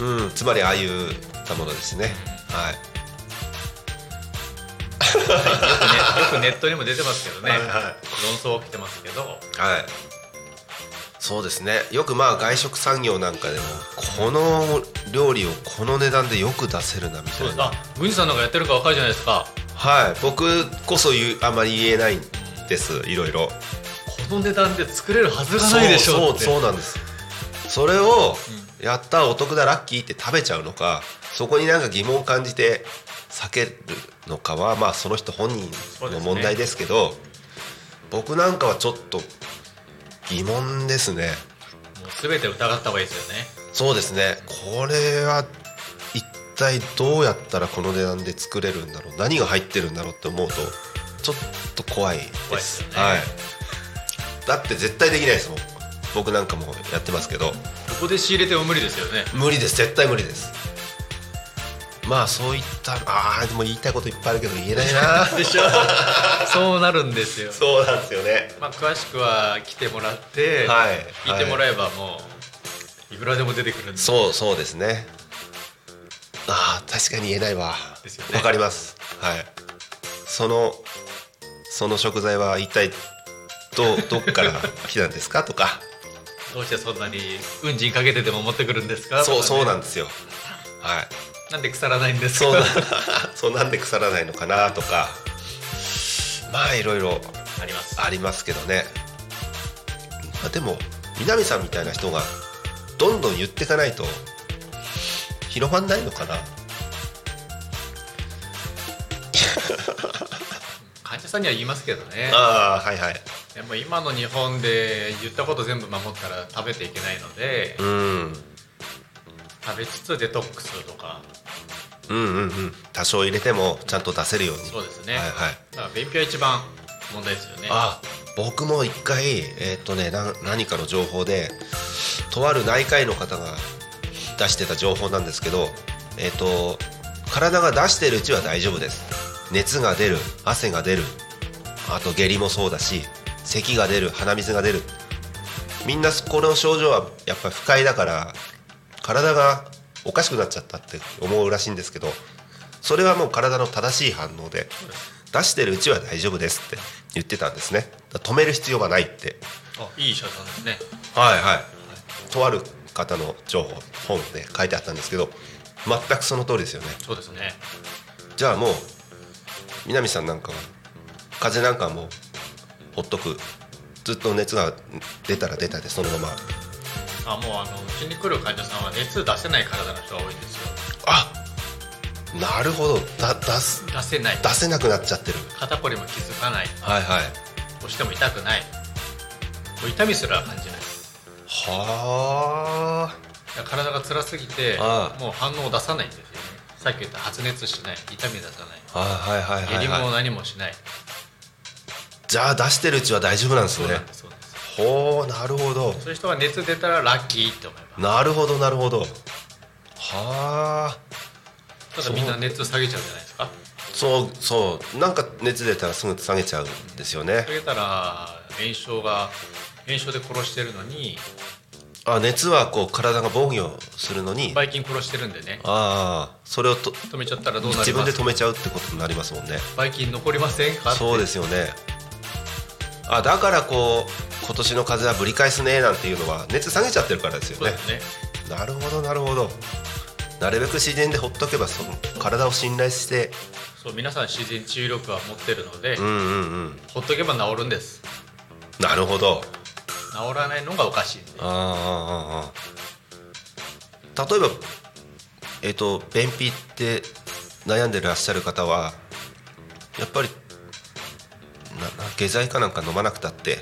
うんつまりああいうたものですねはい (laughs) よくねよくネットにも出てますけどねはいは論争起きてますけどはいそうですねよくまあ外食産業なんかでもこの料理をこの値段でよく出せるなみたいなあ郡司さんなんかやってるか若いじゃないですかはい僕こそ言うあんまり言えないんですいろいろこの値段で作れるはずがないでしょそうっそうてそうなんですそれをやったお得だラッキーって食べちゃうのかそこになんか疑問を感じて避けるのかはまあその人本人の問題ですけど僕なんかはちょっと疑問ですねもう全て疑った方がいいですよねそうですねこれは一体どうやったらこの値段で作れるんだろう何が入ってるんだろうって思うとちょっと怖いです怖いですよねはい、だって絶対できないですもん僕なんかもやってますけどここで仕入れても無理で (laughs) すよね無理です絶対無理ですまあそういったああでも言いたいこといっぱいあるけど言えないなでしょ (laughs) そうなるんです (laughs) よそうなんですよねまあ詳しくは来てもらって、はい聞いてもえらえばもういくらでも出てくるんでそうそうですねああ確かに言えないわわ、ですよねかりますはいそのその食材は一体どどっから来たんですかと (laughs) かどうしてそんなに運賃かけてでも持ってくるんですかそうそうなんんですよはいなんで腐らないんですかそうな (laughs) そうなんで腐らないのかなとかまあいろいろありますありますけどね、まあ、でも南さんみたいな人がどんどん言っていかないと広まんないのかな患者さんには言いますけどねああはいはいでも今の日本で言ったこと全部守ったら食べていけないのでうん食べつつデトックスとかうんうんうん多少入れてもちゃんと出せるようにそうですね、はいはいだから便秘は一番問題ですよねあ僕も一回えーっとねな何かの情報でとある内科医の方が出してた情報なんですけどえーっと体が出してるうちは大丈夫です熱が出る汗が出るあと下痢もそうだし咳が出る鼻水が出るみんなこの症状はやっぱり不快だから体がおかしくなっちゃったって思うらしいんですけどそれはもう体の正しい反応で出してるうちは大丈夫ですって言ってたんですねだから止める必要がないってあいい医者さんですねはいはいとある方の情報本で書いてあったんですけど全くその通りですよねそうですねじゃあもう南さんなんかは風邪なんかはもうほっとくずっと熱が出たら出たでそのままあもうあのうちに来る患者さんは熱出せない体の人が多いんですよあなるほどだ出す出せない出せなくなっちゃってる肩こりも気づかないはいはい押しても痛くないもう痛みすら感じないはあだから体が辛すぎてああもう反応を出さないんですよねさっき言った発熱しない痛み出さないはいはいはい下はい、痢はもい、何もしない、じゃあ出してるうちは大丈夫なんですそうねなんですそうなんですほうなるほどそういう人は熱出たらラッキーって思えばなるほどなるほどはあただみんな熱下げちゃうじゃないですかそうそうなんか熱出たらすぐ下げちゃうんですよね下げたら炎症が炎症で殺してるのにあ熱はこう体が防御するのにばい菌殺してるんでねああそれをと止めちゃったらどうなりま自す分で止めちゃうってことになりますもんねばい菌残りませんかってそうですよねあだからこう今年の風邪はぶり返すねなんていうのは熱下げちゃってるからですよそうねですねなるほどなるほどなるべく自然でほっとけばその体を信頼してそう皆さん自然治癒力は持ってるので、うんうんうんほっとけば治るんですなるほど治らないのがおかしいんでああああああ例えばえっ、と便秘って悩んでらっしゃる方はやっぱりななん下剤かなんか飲まなくたって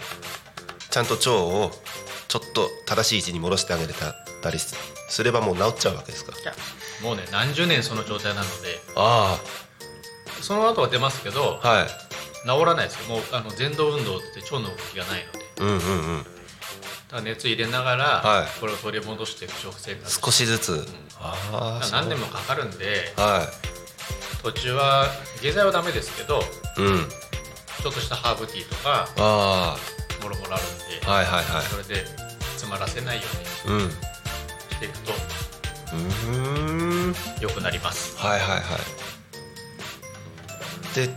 ちゃんと腸をちょっと正しい位置に戻してあげれたたりすすればもう治っちゃうわけですかもうね何十年その状態なのであその後は出ますけどあはい治らないですよもうあの前動運動って腸の動きがないのでうんうんうんだから熱入れながら、はいこれを取り戻していく食生活少しずつあだあから何年もかかるんでは途中は下剤はダメですけどいうんちょっとしたハーブティーとかあもろもろあるんで、あはいはいはいそれで詰まらせないようにうんうしていくとーん良くなりますはいはいはいで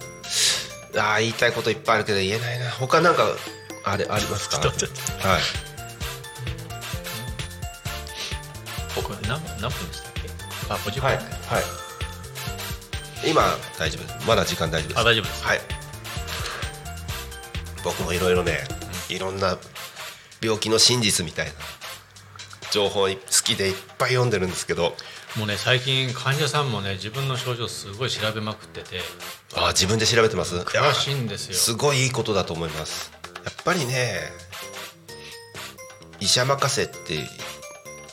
ああ言いたいこといっぱいあるけど言えないな他なんかあれありますかはい僕何分何分でしたっけあ50分、はい今大丈夫ですまだ時間大丈夫ですあ大丈夫ですはい僕もいろいろねいろんな病気の真実みたいな情報好きでいっぱい読んでるんですけどもうね最近患者さんもね自分の症状すごい調べまくっててああ自分で調べてます詳しいんですよすごいいいことだと思いますやっぱりね医者任せって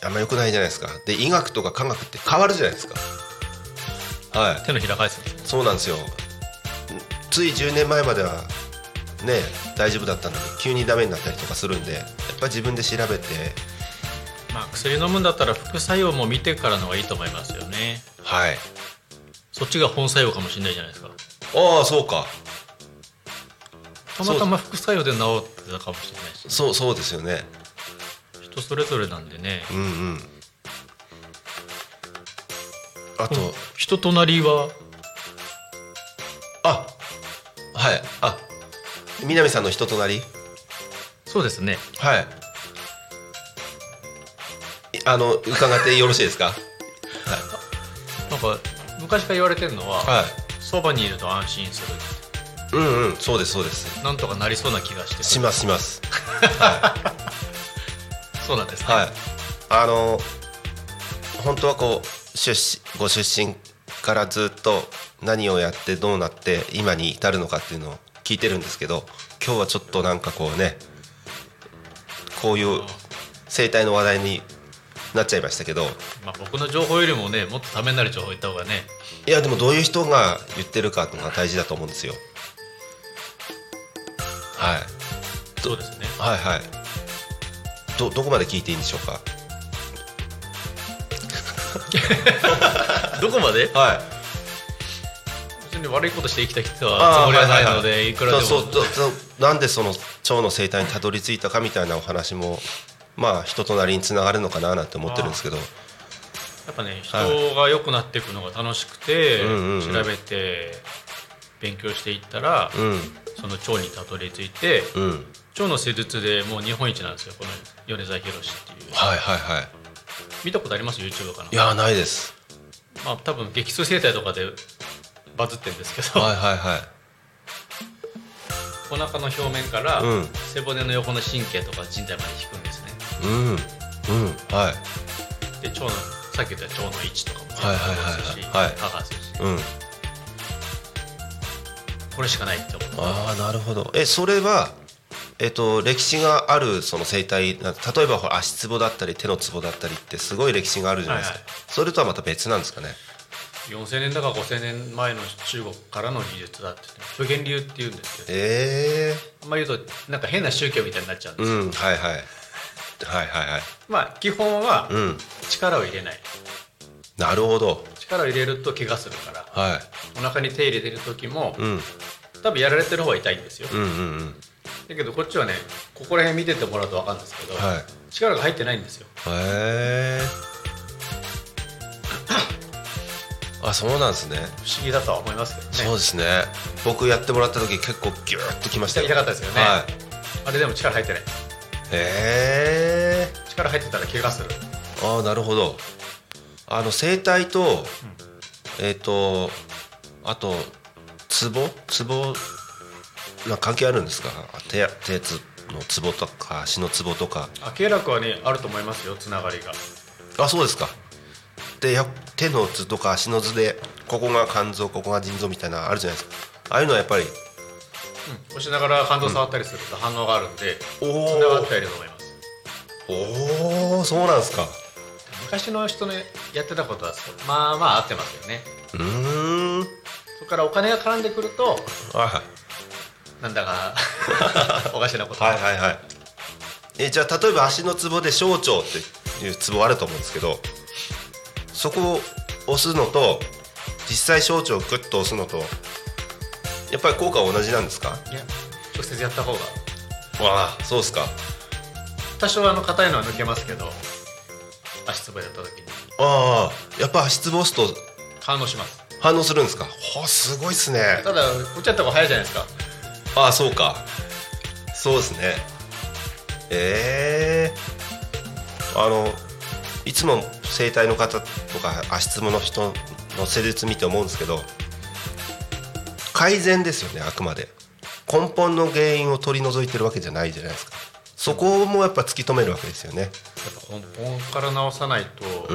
あんま良くないじゃないですかで医学とか科学って変わるじゃないですかはい手のひら返すんですよそうなんですよつい10年前まではね大丈夫だったのに急にダメになったりとかするんでやっぱり自分で調べてまあ薬飲むんだったら副作用も見てからの方がいいと思いますよねはいそっちが本作用かもしれないじゃないですかああそうかたまたま副作用で治ってたかもしれないしそうそうですよね人それぞれなんでねうんうんあと、人となりはあはいあ南さんの人となりそうですねはい。あの伺ってよろしいですか。なんか昔から言われてるのは、はい。そばにいると安心するうんうんそうですそうです。なんとかなりそうな気がしてしますします。そうなんですね、はい。あの本当はこう出身ご出身からずっと何をやってどうなって今に至るのかっていうのを聞いてるんですけど、今日はちょっとなんかこうねこういう生態の話題になっちゃいましたけど。まあ、僕の情報よりもねもっとためになる情報を言った方がねいやでもどういう人が言ってるかっていうのが大事だと思うんですよはいそうですねはいはいどどこまで聞いていいんでしょうか (laughs) どこまではい別に悪いことして生きてきたつもりはないので、いくらでもそうそうそうそうなんでその腸の生態にたどり着いたかみたいなお話もまあ人となりにつながるのかななんて思ってるんですけどやっぱね人が良くなっていくのが楽しくて、うんうんうん調べて勉強していったら、うんその腸にたどり着いてうん腸の施術でもう日本一なんですよこの米沢博士っていうはいはいはい見たことあります YouTube かないやないですまあ多分激痛生態とかでバズってるんですけど、はいはいはいお腹の表面からうん背骨の横の神経とか靭帯まで引くんですねうんうんはいで腸のさっき言った腸の位置とかもはいはいはいはいするしはい歯がするしうんこれしかないって思うああなるほどえそれはえっと歴史があるその生態な例えばほら足つぼだったり手のつぼだったりってすごい歴史があるじゃないですか、はいはそれとはまた別なんですかね4000年だか5000年前の中国からの技術だって言って虚言流っていうんですけどえあんま言うとなんか変な宗教みたいになっちゃうんえですよ、うんはいはいはいはいはいまあ基本はうん力を入れないなるほど力を入れると怪我するからはいお腹に手入れてる時もうん多分やられてる方が痛いんですようんうんうんだけどこっちはねここら辺見ててもらうと分かるんですけど、はい力が入ってないんですよへえあそうなんですね不思議だとは思いますけどねそうですね僕やってもらった時結構ギューッときましたよ痛かったですよねはいあれでも力入ってないへえ力入ってたら怪我するああなるほどあの整体と、えっ、とあとツボツボなんか関係あるんですか手や手つのツボとか足のツボとかあ経絡はねあると思いますよつながりがあそうですかでや手の図とか足の図でここが肝臓ここが腎臓みたいなのあるじゃないですかああいうのはやっぱり押しながら感動触ったりすると反応があるんでおつながったりと思いますおおそうなんですか昔の人のやってたことはそうまあまあ合ってますよねうーんはいそこからお金が絡んでくるとはいなんだか (laughs) おかしなことはいはいはいえじゃあ例えば足のツボで小腸っていうツボあると思うんですけどそこを押すのと実際小腸をグッと押すのとやっぱり効果は同じなんですかいや直接やった方がわあそうですか多少あの硬いのは抜けますけど足つぼやった時にああやっぱ足ツボ押すと反応します反応するんですかほあすごいっすねただ打っちゃった方が早いじゃないですかああそうかそうですねええあのいつも整体の方とか足つぼの人の施術見て思うんですけど改善ですよねあくまで根本の原因を取り除いてるわけじゃないじゃないですかそこもやっぱ突き止めるわけですよねやっぱ根本から直さないと、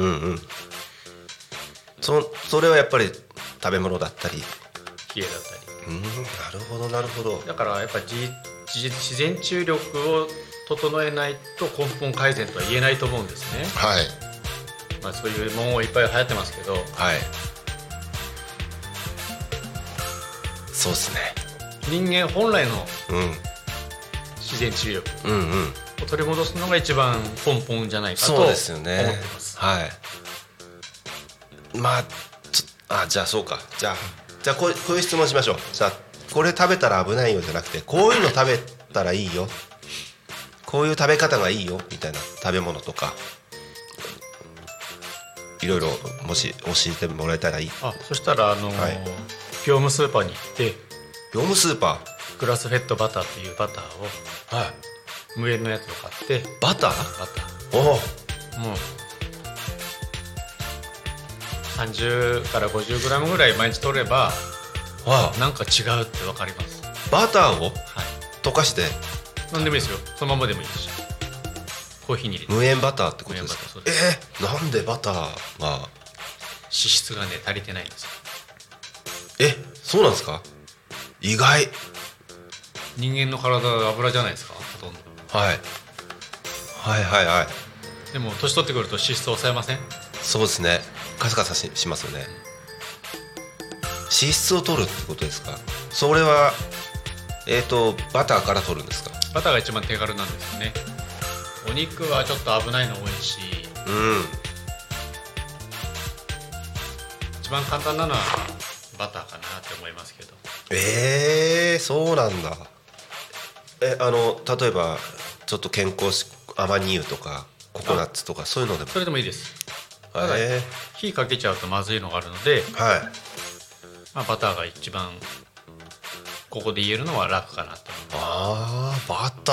うんうんそそれはやっぱり食べ物だったり冷えだったりうんなるほどなるほどだからやっぱ自自自然治癒力を整えないと根本改善とは言えないと思うんですね、はいまあ、そういうもんいっぱい流行ってますけどはい。そうですね。人間本来のう自然治癒力ん。うんうん。を取り戻すのが一番根本じゃないかとそう思っでてすよねま。すはい。まあ、ちょあ、じゃあそうか。じゃあ、じゃあこうこういう質問しましょう。じゃあ、これ食べたら危ないよじゃなくて、こういうの食べたらいいよ。こういう食べ方がいいよみたいな食べ物とか。いろいろもし教えてもらえたらいいあそしたらあのーはい業務スーパーに行って業務スーパグラスフェッドバターっていうバターを、無塩のやつを買ってーバターバタおおーもう30から50グラムぐらい毎日取ればあなんか違うって分かりますバターをはい溶かして何でもいいですよそのままでもいいしコーヒーに入れて無塩バターってことですか無塩バターそうえでーなんでバターが脂質がね足りてないんですよえそうなんですか意外人間の体は油じゃないですかほとんどはいはいはいはいでも年取ってくると脂質抑えませんそうですねカサカサししますよね脂質を取るってことですかそれはえっ、とバターから取るんですかバターが一番手軽なんですよねお肉はちょっと危ないの多いしうん一番簡単なのはバターかなって思いますけどえー、そうなんだえあの例えばちょっと健康しアマニ油とかココナッツとかそういうのでもそれでもいいですえ火かけちゃうとまずいのがあるので、ー、はいまあ、バターが一番ここで言えるのは楽かなと思いまあーバタ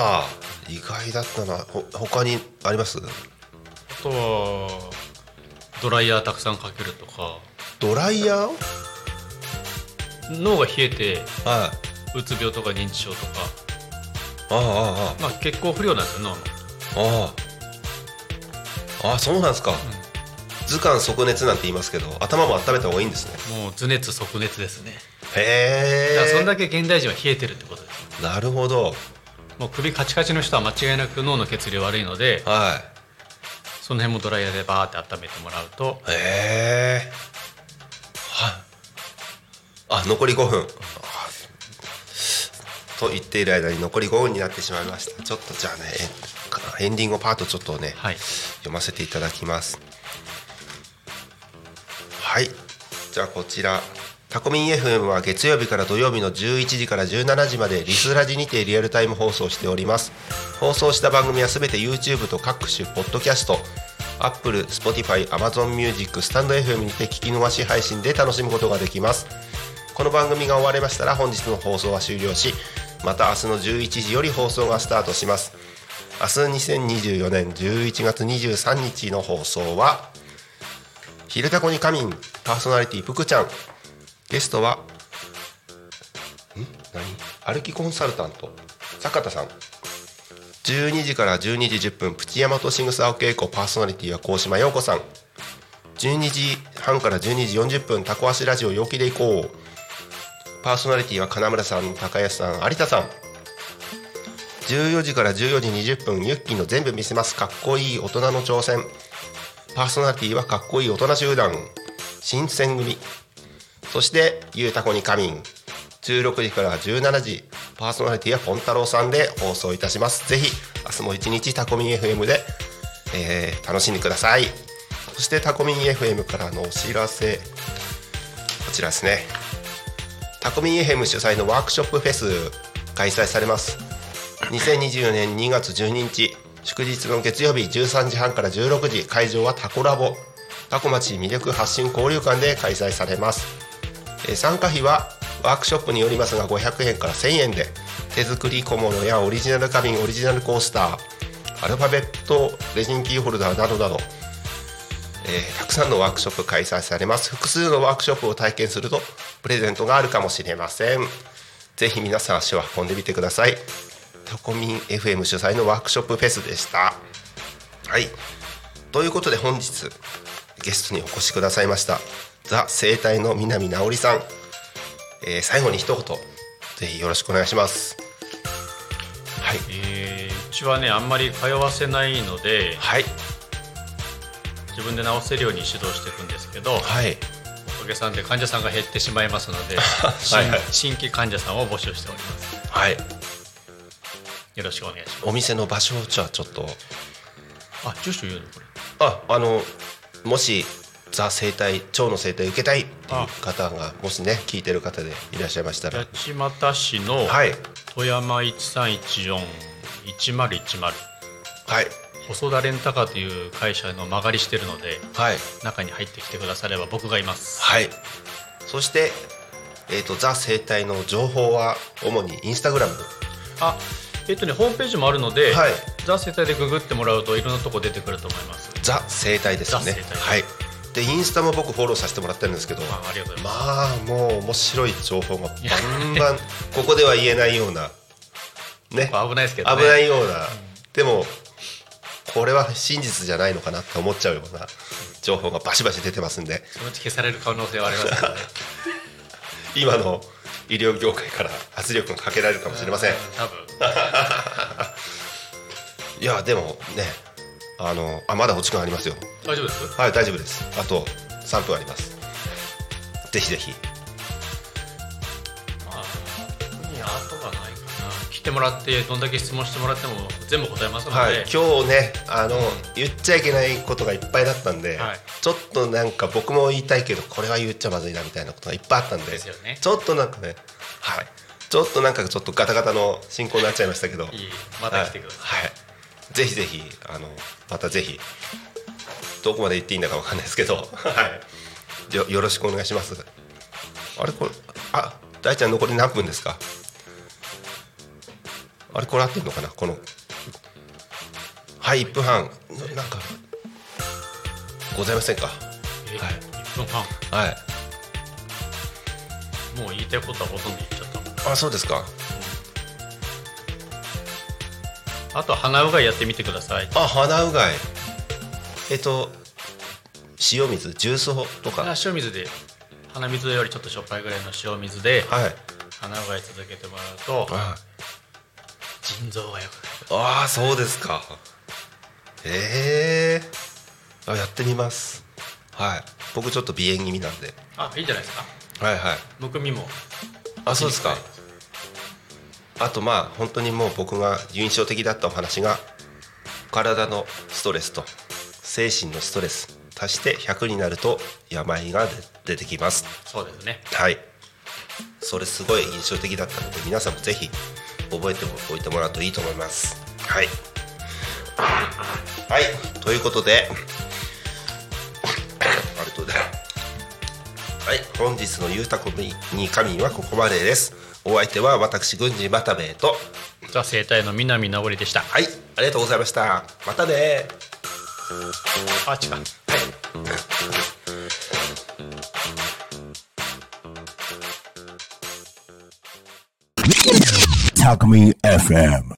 ー意外だったなほ他にありますすあとはドライヤーたくさんかけるとかドライヤーを脳が冷えてはいあうつ病とか認知症とか、ああまあ、血行不良なんですよ脳のああああそうなんですか、図鑑即熱なんて言いますけど頭も温めた方がいいんですねもう頭熱即熱ですねだからそへんだけ現代人は冷えてるってことですえなるほどもう首カチカチの人は間違いなく脳の血流悪いのではその辺もドライヤーでバーって温めてもらうといへえはいあ残り5分あと言っている間に残り5分になってしまいましたちょっとじゃあねエンエンディングパートちょっとね、はい読ませていただきますはいじゃあこちらタコミン FM は月曜日から土曜日の11時から17時までリスラジにてリアルタイム放送しております放送した番組はすべて YouTube と各種ポッドキャスト Apple、Spotify、Amazon Music、スタンド FM にて聞き逃し配信で楽しむことができますこの番組が終わりましたら本日の放送は終了しまた明日の11時より放送がスタートします明日2024年11月23日の放送は「昼タコに仮眠」パーソナリティぷくちゃんゲストはん何歩きコンサルタント坂田さん12時から12時10分プチヤマトシングス青稽古パーソナリティは鴻島陽子さん12時半から12時40分タコ足ラジオ陽気でいこうパーソナリティは金村さん高安さん有田さん14時から14時20分ユッキーの全部見せますかっこいい大人の挑戦パーソナリティはかっこいい大人集団新選組そしてゆうたこに仮眠16時から17時パーソナリティはポン太郎さんで放送いたしますぜひ明日も一日タコミン FM で、えー楽しんでくださいそしてタコミン FM からのお知らせこちらですねタコミン FM 主催のワークショップフェス開催されます2024年2月12日祝日の月曜日13時半から16時会場はタコラボタコ町魅力発信交流館で開催されますえー参加費はワークショップによりますが500円から1000円で手作り小物やオリジナル花瓶オリジナルコースターアルファベットレジンキーホルダーなどなど、えーたくさんのワークショップ開催されます複数のワークショップを体験するとプレゼントがあるかもしれませんぜひ皆さん足を運んでみてくださいタコミン FM 主催のワークショップフェスでしたはいということで本日ゲストにお越しくださいましたザ生態の南直織さん、えー最後に一言ぜひよろしくお願いしますはいえーうちはねあんまり通わせないのではい自分で直せるように指導していくんですけど、はいおかげさんで患者さんが減ってしまいますの (laughs) ではいはい新新規患者さんを募集しておりますはいよろしくお願いしまお店の場所をじゃあちょっとすあ住所言うのこれああのもしザ生態腸の生態受けたいっていう方がもしね聞いてる方でいらっしゃいましたら八街市のはい富山13141010はい細田レンタカーという会社の間借りしてるのではい中に入ってきてくだされば僕がいますはい。そして、えっ、と、ザ生態の情報は主にインスタグラム。あえっとねホームページもあるので、はいザ・世帯でググってもらうといろんなとこ出てくると思いますザ生態ですねザ生。態はい。で、インスタも僕フォローさせてもらってるんですけど。あありがとうござまいますあ、もう面白い情報がバンバン、ここでは言えないような。ね。危ないですけ危ど、ね、ないような。でも。これは真実じゃないのかなって思っちゃうような情報がバシバシ出てますんでそのうち消される可能性はあります (laughs) けどね今の医療業界から圧力がかけられるかもしれません多分いやでもねあのあまだお時間ありますよ大丈夫ですはい大丈夫ですあと3分ありますぜひぜひまあ特に後がないかな来てもらってどんだけ質問してもらっても全部答えますので、はい今日ねあの言っちゃいけないことがいっぱいだったんで、はいちょっとなんか僕も言いたいけどこれは言っちゃまずいなみたいなことがいっぱいあったんでですよねちょっとなんかねはいちょっとなんかちょっとガタガタの進行になっちゃいましたけどいいまた来てください、はい、はい、ぜひぜひあのまたぜひどこまで言っていいんだかわかんないですけど、はい、よよろしくお願いしますあれこれあ大ちゃん残り何分ですかあれこれ合ってるのかなこのはい1分半ななんかございませんかえはい1分半はいもう言いたいことはほとんど言っちゃったもんあそうですかあとは鼻うがいやってみてくださいあ鼻うがいえっと塩水ジュース法とかあ塩水で鼻水よりちょっとしょっぱいぐらいの塩水ではい鼻うがい続けてもらうとはい腎臓が良くなるああそうですかええあやってみますはい僕ちょっと鼻炎気味なんであいいんじゃないですかはいはいむくみもあそうですかあとまあ本当にもう僕が印象的だったお話が体のストレスと精神のストレス足して100になると病が出てきますそうですねはいそれすごい印象的だったので皆さんもぜひ覚えておいてもらうといいと思いますはいはいということでありがとうございますはい本日の「ゆうたこに神」はここまでですお相手は私郡司又兵衛とザ・生態の南直りでしたはいありがとうございましたまたねあ違うタコミン FM